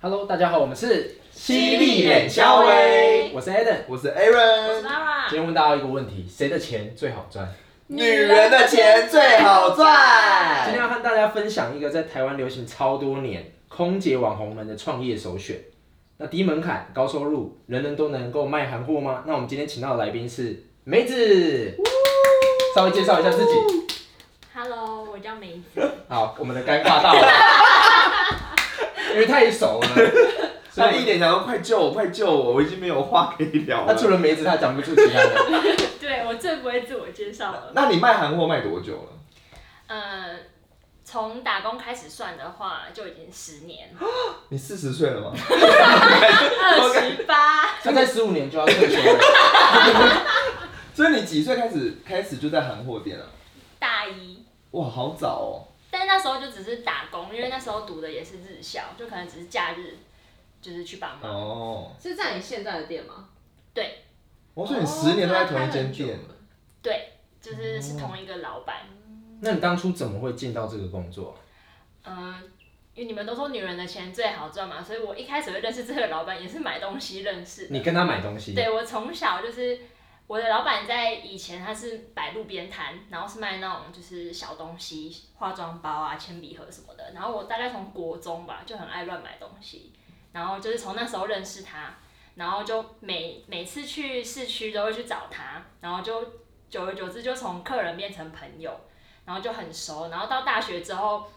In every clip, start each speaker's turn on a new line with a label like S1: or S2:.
S1: Hello，大家好，我们是
S2: 犀利脸肖威
S1: 我是 Adam。
S3: 我是
S2: 我是
S3: Aaron，
S2: Lara
S1: 今天问大家一个问题：谁的钱最好赚？
S3: 女人的钱最好
S1: 今天
S3: 赚。
S1: 要和大家分享一个在台湾流行超多年空姐网红们的创业首选。那低门槛、高收入，人人都能够卖韩货吗？那我们今天请到的来宾是梅子，稍微介绍一下自己。
S2: Hello，我哦叫梅子。
S1: 好，我们的尴尬大王， 因为太熟 了，所
S3: 他一
S1: 以
S3: 脸想说快救我，快救我，我已经没有话可以聊
S1: 他除
S3: 了。
S1: 了梅子，他讲不出其他的。
S2: 对我最不会自我介绍了。
S3: 那你卖韩货卖多久了？
S2: 呃，从打工开始算的话，就已经十 年，
S3: 你四十岁了吗？
S2: 二十八。
S1: 他在十五年就要退休了。
S3: 所以你几岁开始开始就在韩货店啊？
S2: 大一，
S3: 哇，好早哦！
S2: 但那时候就只是打工，因为那时候读的也是日校，就可能只是假日，就是去帮忙。
S3: 哦，
S4: 是在你现在的店吗？
S3: 我说你十年都在同一间店，
S4: 哦
S2: 对，就是是同一个老板。
S1: 那你当初怎么会进到这个工作？
S2: 嗯、因为你们都说女人的钱最好赚嘛，所以我一开始会认识这个老板，也是买东西认识的。
S1: 你跟他买东西，
S2: 对我从小就是我的老板在以前他是摆路边摊，然后是卖那种就是小东西，化妆包啊、铅笔盒什么的。然后我大概从国中吧就很爱乱买东西，然后就是从那时候认识他，然后就每每次去市区都会去找他，然后就久而久之就从客人变成朋友，然后就很熟。然后到大学之后，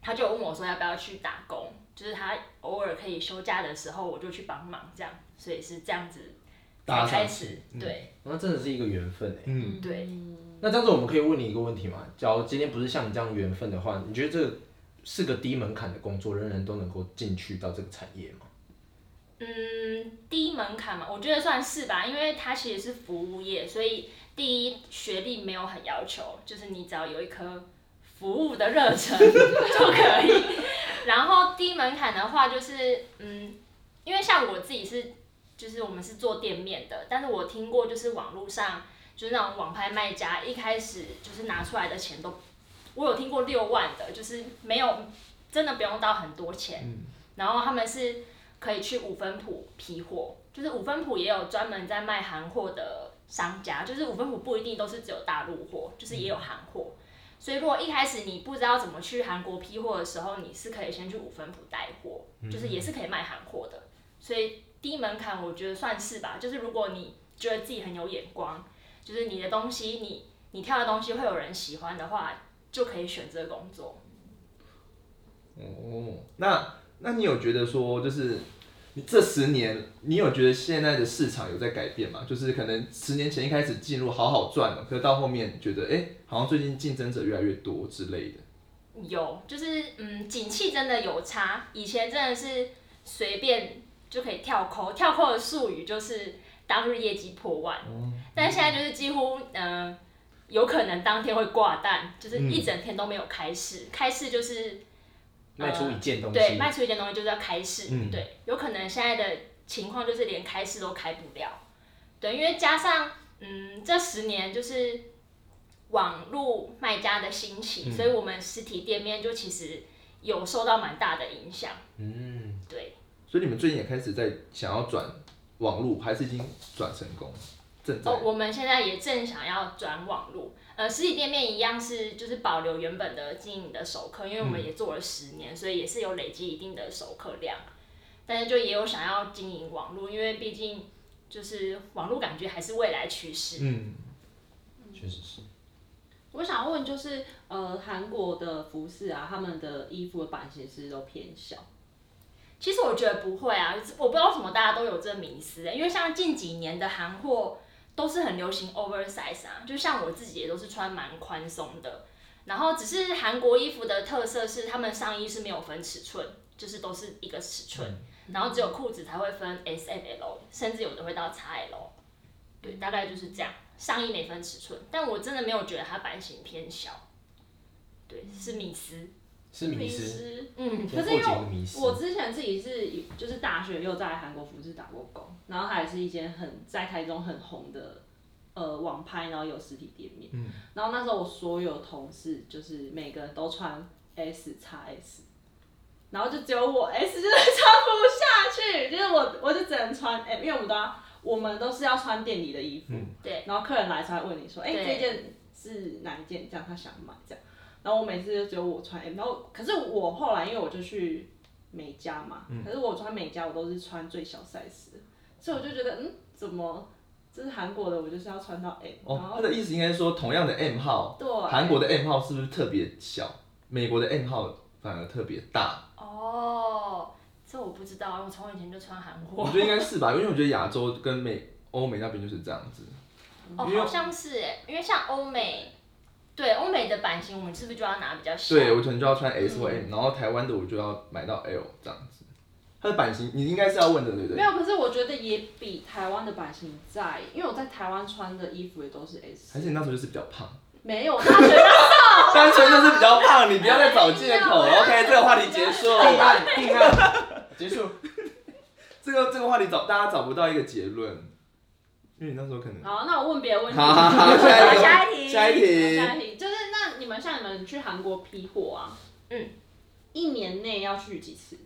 S2: 他就有问我说要不要去打工。就是他偶尔可以休假的时候，我就去帮忙，这样，所以是这样子
S3: 搭
S2: 才
S3: 上
S2: 开
S3: 去
S2: 始。，对，
S1: 那真的是一个缘分哎。
S3: 嗯，
S2: 对
S1: 那这样子，我们可以问你一个问题吗？假如今天不是像你这样缘分的话，你觉得这个是个低门槛的工作，人人都能够进去到这个产业吗？
S2: 嗯，低门槛嘛，我觉得算是吧，因为它其实是服务业，所以第一学历没有很要求，就是你只要有一颗服务的热忱就可以。然后低门槛的话，就是嗯，因为像我自己是，就是我们是做店面的，但是我听过就是网络上就是那种网拍卖家一开始就是拿出来的钱都，我有听过六万的，就是没有真的不用到很多钱，然后他们是可以去五分铺批货，就是五分铺也有专门在卖韩货的商家，就是五分铺不一定都是只有大陆货，就是也有韩货。所以如果一开始你不知道怎么去韩国批货的时候，你是可以先去五分铺带货，就是也是可以卖韩货的。所以低门槛我觉得算是吧，就是如果你觉得自己很有眼光，就是你的东西你你挑的东西会有人喜欢的话，就可以选这个工作。
S3: 哦，那那你有觉得说，就是你这十年，你有觉得现在的市场有在改变吗？就是可能十年前一开始进入好好赚了，可是到后面觉得，哎、好像最近竞争者越来越多之类的。
S2: 有，就是嗯，景气真的有差。以前真的是随便就可以跳扣，跳扣的术语就是当日业绩破万，但现在就是几乎嗯、呃有可能当天会挂单，就是一整天都没有开市。开市就是
S1: 卖出一件东西，
S2: 对，卖出一件东西就是要开市，
S3: 嗯
S2: 对，有可能现在的情况就是连开市都开不了，对，因为加上嗯这十年就是网络卖家的兴起，
S1: 嗯
S2: 所以我们实体店面就其实有受到蛮大的影响，
S1: 嗯，
S2: 对，
S3: 所以你们最近也开始在想要转网路，还是已经转成功了？正在、
S2: 哦，我们现在也正想要转网络，呃，实体店面一样是就是保留原本的经营的熟客，因为我
S3: 嗯
S2: 们也做了十年，所以也是有累积一定的熟客量，但是就也有想要经营网络，因为毕竟就是网络感觉还是未来趋势。
S3: 嗯，
S1: 确实是。
S4: 我想问就是，呃，韩国的服饰啊，他们的衣服的版型是不是都偏小？
S2: 其实我觉得不会啊，我不知道为什么大家都有这迷思、欸因为像近几年的韩货都是很流行 oversize 啊，就像我自己也都是穿蛮宽松的。然后只是韩国衣服的特色是，他们上衣是没有分尺寸，就是都是一个尺寸，然后只有裤子才会分 S、M、L，甚至有的会到 XL。对，大概就是这样，上衣没分尺寸，但我真的没有觉得它版型偏小，对，是迷思。
S1: 是迷失，
S4: 失。
S2: 嗯，
S4: 可是
S1: 破
S4: 因
S1: 解
S4: 为
S1: 一个迷失。
S4: 我之前自己是就是大学又在韩国服饰打过工，然后它也是一间很在台中很红的呃网拍，然后有实体店面。
S1: 嗯
S4: 然后那时候我所有同事就是每个人都穿 S 叉 S，然后就只有我 S 就是穿不下去，就是我我就只能穿欸 M，因为我们都要我们都是要穿店里的衣服，
S2: 对，
S4: 然后客人来才会问你说，哎、
S2: 对
S4: 这件是哪一件？这样他想买这样。然后我每次就只有我穿 M，然后可是我后来因为我就去美家嘛，可是我穿美家我都是穿最小 size，的所以我就觉得嗯，怎么这是韩国的，我就是要穿到 M，、然
S3: 哦，
S4: 后
S3: 他的意思应该说，同样的 M 号，
S4: 对
S3: 韩国的 M 号是不是特别小？美国的 M 号反而特别大？
S2: 哦，这我不知道，我从以前就穿韩
S3: 我
S2: 货。
S3: 觉得应该是吧，因为我觉得亚洲跟美欧美那边就是这样子。
S2: 哦，
S3: 因为
S2: 好像是哎，因为像欧美，对欧美的版型，我们是不是就要拿比较小？
S3: 对，我可能就要穿
S4: 嗯
S3: S 或 M，、然后台湾的我就要买到 L 这样子。它的版型你应该是要问的，对不
S4: 没
S3: 对？
S4: 有，可是我觉得也比台湾的版型在，因为我在台湾穿的衣服也都是 S，
S3: 还是你那时候就是比较胖，
S4: 没有，我大学那。
S3: 单纯就是比较胖，你不要再找借口了。OK，这个话题结束。
S1: 定案定案，结束。
S3: 这个这个话题找大家找不到一个结论，因为你那时候可能
S4: 好，那我问别的问题。
S3: 好好好，下一个，
S2: 下一题
S3: 下一
S4: 下
S3: 题。
S4: 一题就是，那你们像你们去韩国批货啊，
S2: 嗯，
S4: 一年内要去几次？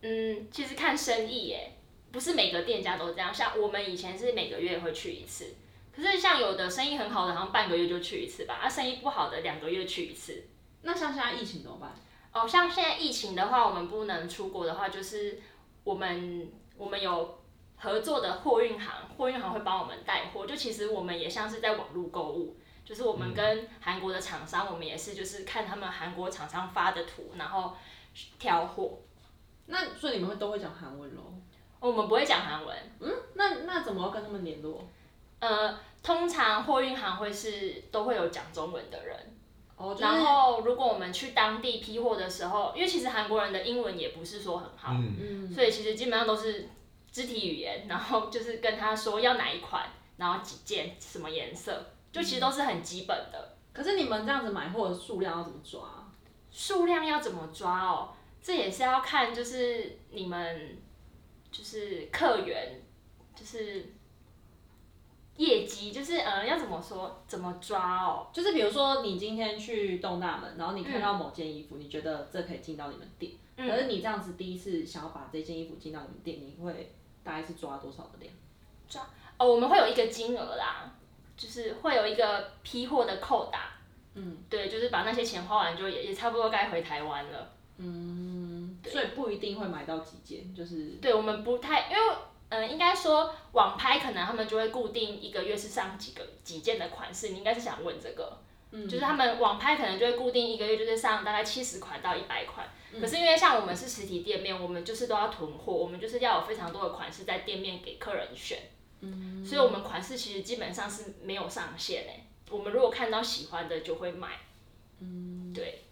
S2: 嗯，其实看生意耶，不是每个店家都这样。像我们以前是每个月会去一次，可是像有的生意很好的，好像半个月就去一次吧，啊，生意不好的两个月去一次。
S4: 那像现在疫情怎么办？
S2: 哦，像现在疫情的话，我们不能出国的话，就是我们我们有合作的货运行，货运行会帮我们带货。就其实我们也像是在网络购物，就是我们跟韩国的厂商，我们也是就是看他们韩国厂商发的图，然后挑货。哦
S4: 那所以你们会都会讲韩文喽？
S2: 我们不会讲韩文。
S4: 嗯，那那怎么要跟他们联络？
S2: 呃，通常货运行会是都会有讲中文的人，
S4: 哦，就是
S2: 然后如果我们去当地批货的时候，因为其实韩国人的英文也不是说很好，
S3: 嗯，
S4: 嗯，
S2: 所以其实基本上都是肢体语言，然后就是跟他说要哪一款，然后几件什么颜色，就其实都是很基本的。
S4: 可是你们这样子买货的数量要怎么抓啊？
S2: 数量要怎么抓哦，这也是要看就是你们就是客源就是。业绩就是呃，要怎么说，怎么抓哦？
S4: 就是比如说，你今天去东大门，然后你看到某件衣服，你觉得这可以进到你们店，
S2: 嗯
S4: 可是你这样子第一次想要把这件衣服进到你们店，你会大概是抓多少的量？
S2: 哦，我们会有一个金额啦，就是会有一个批货的扣打。嗯，对，就是把那些钱花完，就也也差不多该回台湾了。
S4: 嗯，所以不一定会买到几件，就是
S2: 对，我们不太，因为嗯、呃应该说网拍可能他们就会固定一个月是上几个几件的款式，你应该是想问这个。嗯，就是他们网拍可能就会固定一个月就是上大概七十款到一百款，可是因为像我们是实体店面，我们就是都要囤货，我们就是要有非常多的款式在店面给客人选。嗯，所以我们款式其实基本上是没有上限诶、我们如果看到喜欢的就会买。嗯，对。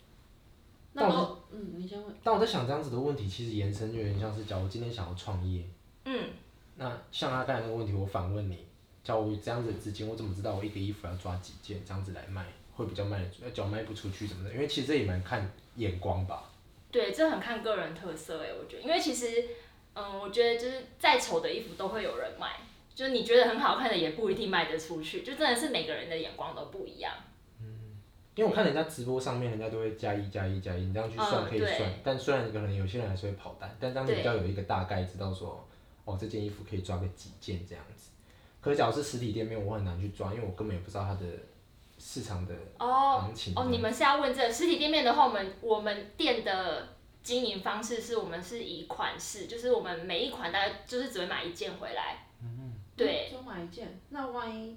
S4: 那
S1: 到
S4: 都嗯，你先问。
S1: 但我在想这样子的问题，其实延伸就有点像是，假如今天想要创业，
S2: 嗯，
S1: 那像他刚才那个问题，我反问你，假如我这样子的资金，我怎么知道我一个衣服要抓几件这样子来卖，会比较卖得出，呃脚卖不出去什么的？因为其实这也蛮看眼光吧。
S2: 对，这很看个人特色哎、我觉得，因为其实，嗯，我觉得就是再丑的衣服都会有人买，就是你觉得很好看的也不一定卖得出去，就真的是每个人的眼光都不一样。
S1: 因为我看人家直播上面，人家都会加一加一加一，你这样去算
S2: 嗯
S1: 可以算。
S2: 对
S1: 但虽然可能有些人还是会跑单，但这样子
S2: 对
S1: 比较有一个大概知道说，哦，这件衣服可以抓个几件这样子。可是假如是实体店面，我很难去抓，因为我根本也不知道它的市场的
S2: 哦
S1: 行情。
S2: 哦，你们是要问这个实体店面的话，我们我们店的经营方式是我们是以款式，就是我们每一款大概就是只会买一件回来，对，
S4: 就买一件。那万一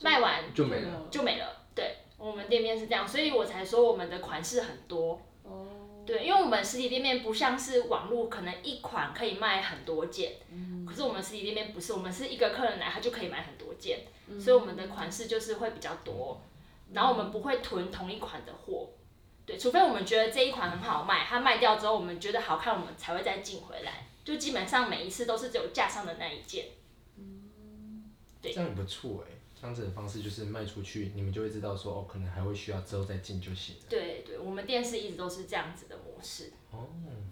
S2: 卖完
S3: 就没了。
S2: 就没了。对，我们店面是这样，所以我才说我们的款式很多。
S4: 哦，
S2: 对，因为我们实体店面不像是网络，可能一款可以卖很多件，可是我们实体店面不是，我们是一个客人来他就可以买很多件，所以我们的款式就是会比较多，然后我们不会囤同一款的货，对，除非我们觉得这一款很好卖，它卖掉之后我们觉得好看，我们才会再进回来，就基本上每一次都是只有架上的那一件，对
S1: 这样也不错哎、这样子的方式就是卖出去，你们就会知道说哦，可能还会需要之后再进就行了。
S2: 对对，我们店是一直都是这样子的模式，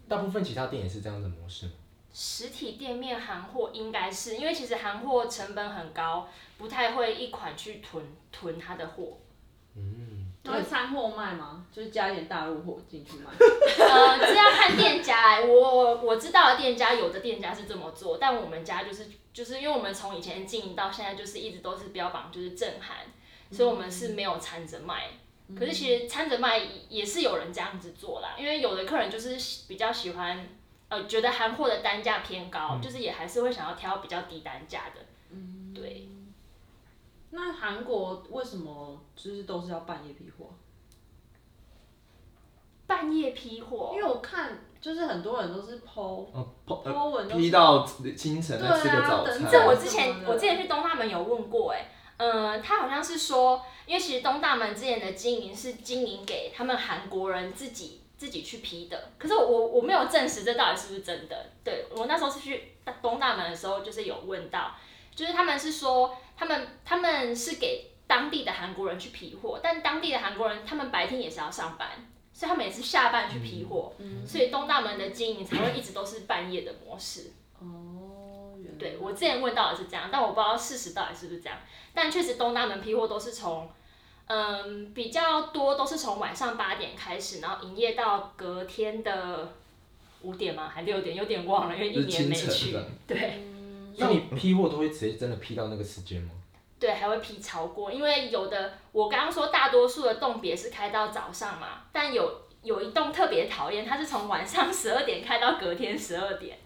S1: 大部分其他店也是这样的模式吗。
S2: 实体店面韩货应该是因为其实韩货成本很高，不太会一款去囤囤它的货。
S1: 嗯，
S4: 然后掺货卖吗？就是加一点大陆货进去卖。
S2: 呃，这要看店家哎、我我我知道的店家，有的店家是这么做，但我们家就是就是因为我们从以前经营到现在，就是一直都是标榜就是正韩，所以我们是没有掺着卖。可是其实掺着卖也是有人这样子做啦，因为有的客人就是喜比较喜欢，呃，觉得韩货的单价偏高，就是也还是会想要挑比较低单价的。嗯，对，
S4: 那韩国为什么就是都是要半夜批货？
S2: 半夜批货，
S4: 因为我看就是很多人都是剖
S3: 哦，跑呃
S4: 剖文都
S3: 批
S4: 是
S3: 到清晨再吃个早
S4: 对啊
S3: 餐
S4: 等，
S2: 这我
S4: 知
S2: 之前我之前去东大门有问过、欸，哎，嗯，他好像是说，因为其实东大门之前的经营是经营给他们韩国人自己自己去批的，可是我我我没有证实这到底是不是真的。对我那时候是去东大门的时候，就是有问到，就是他们是说他们他们是给当地的韩国人去批货，但当地的韩国人他们白天也是要上班。所以他们也是下班去批货，所以东大门的经营才会一直都是半夜的模式。
S4: 哦，原来
S2: 对我之前问到的是这样，但我不知道事实到底是不是这样。但确实东大门批货都是从，嗯，比较多都是从晚上八点开始，然后营业到隔天的五点吗？还六点？有点忘了，因为
S3: 就
S2: 一
S3: 是
S2: 年
S3: 清
S2: 没
S3: 晨
S2: 去
S3: 的。。
S2: 对。
S1: 那你批货都会直接真的批到那个时间吗？
S2: 对，还会批超过，因为有的我刚刚说大多数的栋别是开到早上嘛，但有有一栋特别讨厌，它是从晚上十二点开到隔天十二点，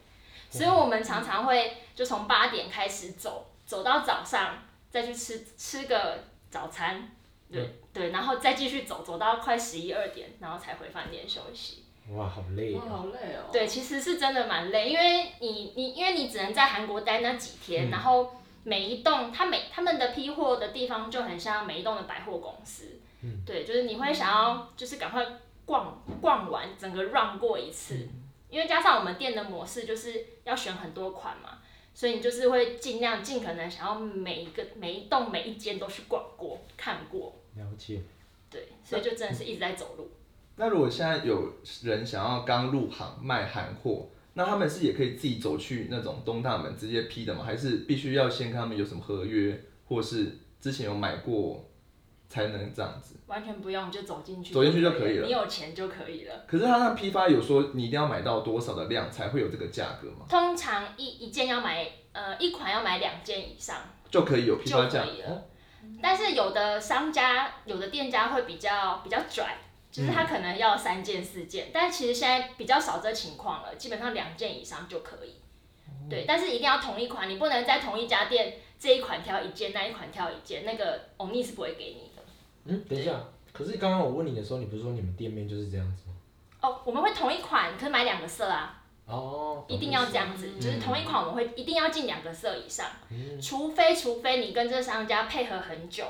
S2: 所以我们常常会就从八点开始走，走到早上再去吃吃个早餐，对、对，然后再继续走，走到快十一二点，然后才回饭店休息。
S1: 哇，好累
S4: 哇，
S1: 啊！
S4: 好累哦。
S2: 对，其实是真的蛮累，因为你你因为你只能在韩国待那几天，
S3: 嗯
S2: 然后每一栋他每他们的批货的地方就很像每一栋的百货公司，
S3: 嗯
S2: 对，就是你会想要就是赶快逛逛完整个 run 过一次，
S3: 嗯
S2: 因为加上我们店的模式就是要选很多款嘛，所以你就是会尽量尽可能想要每一个每一栋每一间都去逛过看过，
S1: 哦了解，
S2: 对，所以就真的是一直在走路。
S3: 那如果现在有人想要刚入行卖韩货，那他们是也可以自己走去那种东大门直接批的吗？还是必须要先跟他们有什么合约，或是之前有买过才能这样子？
S2: 完全不用，就走进去，
S3: 走进去就可以了
S2: 你有钱就可以了。
S3: 可是他那批发有说你一定要买到多少的量才会有这个价格吗？
S2: 通常一一件要买，呃，一款要买两件以上，
S3: 就可以有批发价
S2: 就可以了
S3: 哦，
S2: 但是有的商家、有的店家会比较比较拽，就是他可能要三件、四件，但其实现在比较少这情况了，基本上两件以上就可以。对，但是一定要同一款，你不能在同一家店这一款挑一件，那一款挑一件，那个 Oni 是不会给你的。
S1: 嗯，等一下，可是刚刚我问你的时候，你不是说你们店面就是这样子吗？
S2: 哦，我们会同一款，可以买两个色啊。
S1: 哦，
S2: 一定要这样子，
S3: 嗯
S2: 就是同一款我们会一定要进两个色以上，除非除非你跟这商家配合很久，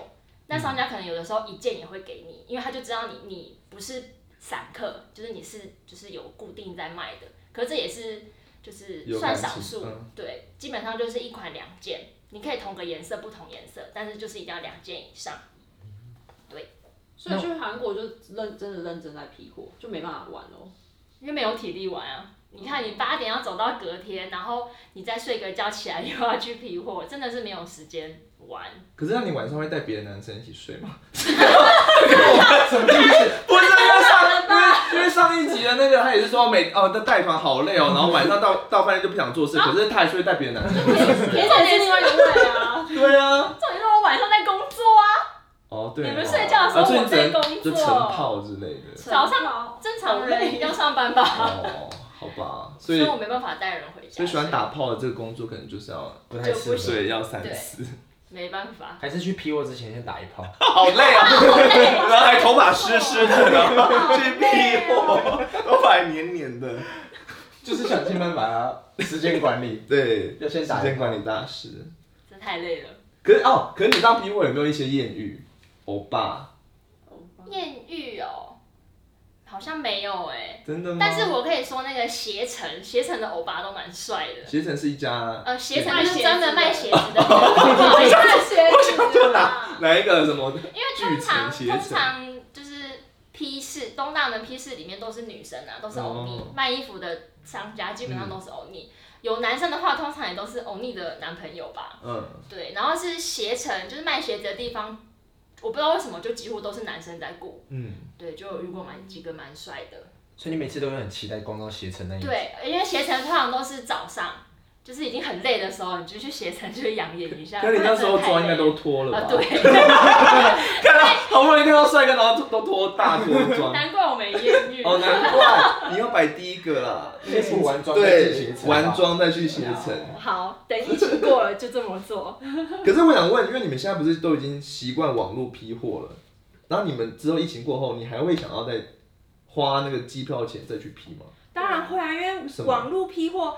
S2: 那商家可能有的时候一件也会给你，因为他就知道你你不是散客，就是你是就是有固定在卖的，可这也是就是
S3: 有
S2: 算
S3: 感
S2: 少
S3: 情
S2: 数，
S3: 嗯
S2: 对，基本上就是一款两件，你可以同个颜色不同颜色，但是就是一定要两件以上。
S4: 所以去韩国就认真的认真在批货，就没办法玩喽。
S2: 因为没有体力玩啊。你看，你八点要走到隔天，然后你再睡个觉起来又要去批货，真的是没有时间玩。
S3: 可是那你晚上会带别的男生一起睡 吗？ 什么意思？不是因为上，因为因为上一集的那个他也是说每哦他带团好累哦， 然后晚上到到饭店就不想做事，
S2: 啊
S3: 可是他还是会带别的男生一起睡。
S4: 也是另外一位啊。
S3: 对啊，
S2: 重点是我晚上在工作啊，
S3: 哦对哦，
S2: 你们睡觉的时候
S3: 啊所以
S2: 我
S3: 你只能
S2: 在工作
S3: 就晨泡之类的。
S2: 早上正常人一定要上班吧，
S3: 哦，好吧，所
S2: 所
S3: 以
S2: 以我没办法带人回家。
S3: 所以喜欢打炮的这个工作，可能就是要
S1: 不太适
S2: 就不
S1: 合，
S3: 睡要三
S2: 对
S3: 思，
S2: 没办法，
S1: 还是去批货之前先打一炮。
S3: 好累啊，然后还头发湿湿的，然
S2: 啊
S3: 后去屁货，头发还黏黏的，
S1: 就是想尽办法时间管理。
S3: 对，
S1: 要先打
S3: 时间管理大师。
S2: 这太累了。
S3: 可是哦，可是你当皮货有没有一些艳遇？欧巴，
S4: 哦
S2: 艳遇哦，好像没有哎、
S3: 真的吗？
S2: 但是我可以说那个携程，携程的欧巴都蛮帅的。
S3: 携程是一家，
S2: 呃，携程
S4: 卖
S2: 就是
S4: 鞋
S2: 专
S4: 子
S2: 门
S4: 的
S2: 卖鞋子的，不好意 思
S4: 大学
S3: 就哪哪一个什么
S2: 因为通常
S3: 巨型鞋
S2: 通
S3: 子
S2: 常就是批示东大门批示里面都是女生啊，都是欧尼、
S3: 哦嗯
S2: 卖衣服的商家基本上都是欧尼、有男生的话，通常也都是欧尼的男朋友吧。
S3: 嗯，
S2: 对，然后是鞋城，就是卖鞋子的地方，我不知道为什么就几乎都是男生在顾，
S3: 嗯，
S2: 对，就有遇过蛮几个蛮帅的。
S1: 所以你每次都会很期待逛到携程那
S3: 哎
S1: 一
S2: 对，因为携程通常都是早上，就是已经很累的时候，你就去携程去养眼一下。
S3: 可是你那时候
S2: 不然真的太
S3: 妆应
S2: 累
S3: 该都脱了吧？
S2: 啊，对，
S3: 看到好不容易看到帅哥，然后都脱大脱 妆。
S2: 难怪我没艳遇。
S3: 哦，难怪你要摆第一个啦，
S1: 先补完妆再进
S3: 对
S1: 行，
S3: 完妆再去携程。
S4: 好，等疫情过了就这么做。
S3: 可是我想问，因为你们现在不是都已经习惯网络批货了，然后你们之后疫情过后，你还会想要再花那个机票钱再去批吗？
S4: 当然会啊，因
S3: 什
S4: 为
S3: 么
S4: 网络批货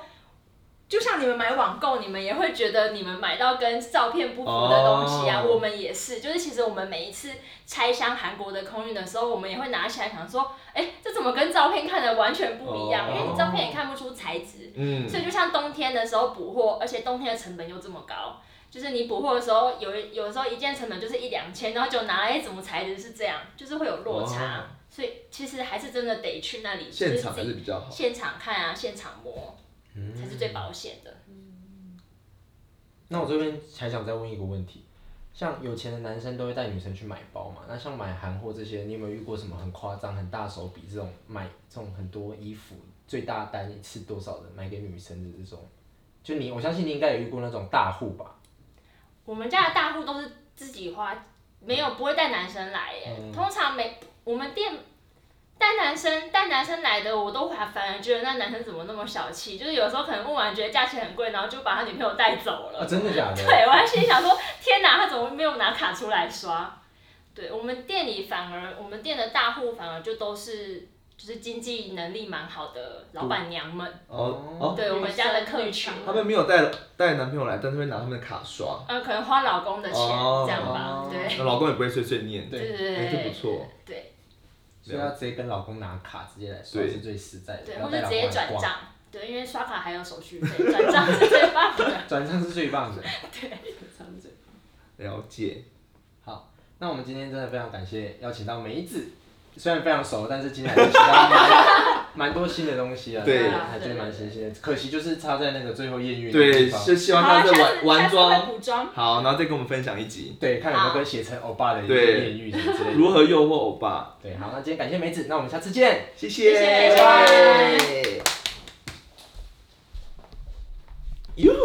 S2: 就像你们买网购，你们也会觉得你们买到跟照片不符的东西啊。
S3: 哦
S2: 我们也是，就是其实我们每一次拆箱韩国的空运的时候，我们也会拿起来想说，哎、这怎么跟照片看的完全不一样？
S3: 哦
S2: 因为你照片也看不出材质。
S3: 嗯，
S2: 所以就像冬天的时候补货，而且冬天的成本又这么高，就是你补货的时候，有一有的时候一件成本就是一两千，然后就拿来哎怎么材质是这样，就是会有落差。
S3: 哦
S2: 所以其实还是真的得去那里，
S3: 现场
S2: 就
S3: 还
S2: 是
S3: 是
S2: 自己
S3: 比较好。
S2: 现场看啊，现场摸，
S1: 嗯
S2: 才是最保险的。
S1: 那我这边还想再问一个问题，像有钱的男生都会带女生去买包嘛？那像买韩货这些，你有没有遇过什么很夸张、很大手笔这种买这种很多衣服最大单一次多少的买给女生的这种？就你，我相信你应该也遇过那种大户吧？
S2: 我们家的大户都是自己花，没有不会带男生来耶。通常每我们店带男生带男生来的，我都还反而觉得那男生怎么那么小气，就是有时候可能问完觉得价钱很贵，然后就把他女朋友带走了。
S1: 啊，真的 假的？
S2: 对，我还心里想说，天哪，他怎么没有拿卡出来刷？对我们店里反而，我们店的大户反而就都是就是经济能力蛮好的老板娘们，
S3: 哦哦，
S2: 对我们家的客
S4: 女
S2: 群
S4: 生，
S3: 他们没有带带男朋友来，但是会拿他们的卡刷，
S2: 呃，可能花老公的钱、
S3: 哦
S2: 这样吧
S1: 哦，
S2: 对
S3: 那老公也不会碎碎念。
S1: 对
S2: 对
S3: 哎，
S2: 对
S3: 这
S2: 对
S3: 不错。
S2: 对
S1: 所以要直接跟老公拿卡直接来刷
S3: 对
S1: 是最实在的，
S2: 对，
S1: 哎不要
S2: 或者
S1: 带
S2: 直
S1: 老
S2: 接
S1: 公
S2: 转
S1: 来逛。
S2: 账，对，因为刷卡还有手续费，转账是最棒 的。
S1: 转账是最棒的。
S3: 了解，
S1: 那我们今天真的非常感谢邀请到梅子，虽然非常熟，但是今天还是学到蛮蛮多新的东西啊，
S3: 对
S1: 还真的蛮新鲜的。可惜就是差在那个最后艳遇那个地
S3: 对，
S1: 方，
S3: 就希
S2: 好
S3: 望
S2: 啊，
S3: 他
S2: 下
S3: 在
S2: 次下次会
S3: 玩玩妆，
S2: 补妆，
S3: 好，然后再跟我们分享一集
S1: 对，看有没有跟写成欧巴的一个
S3: 对
S1: 艳遇是不是？
S3: 如何诱惑欧巴。
S1: 对，好，那今天感谢梅子，那我们下次见。
S3: 谢
S2: 谢谢拜
S3: 谢，
S2: 拜
S3: 拜。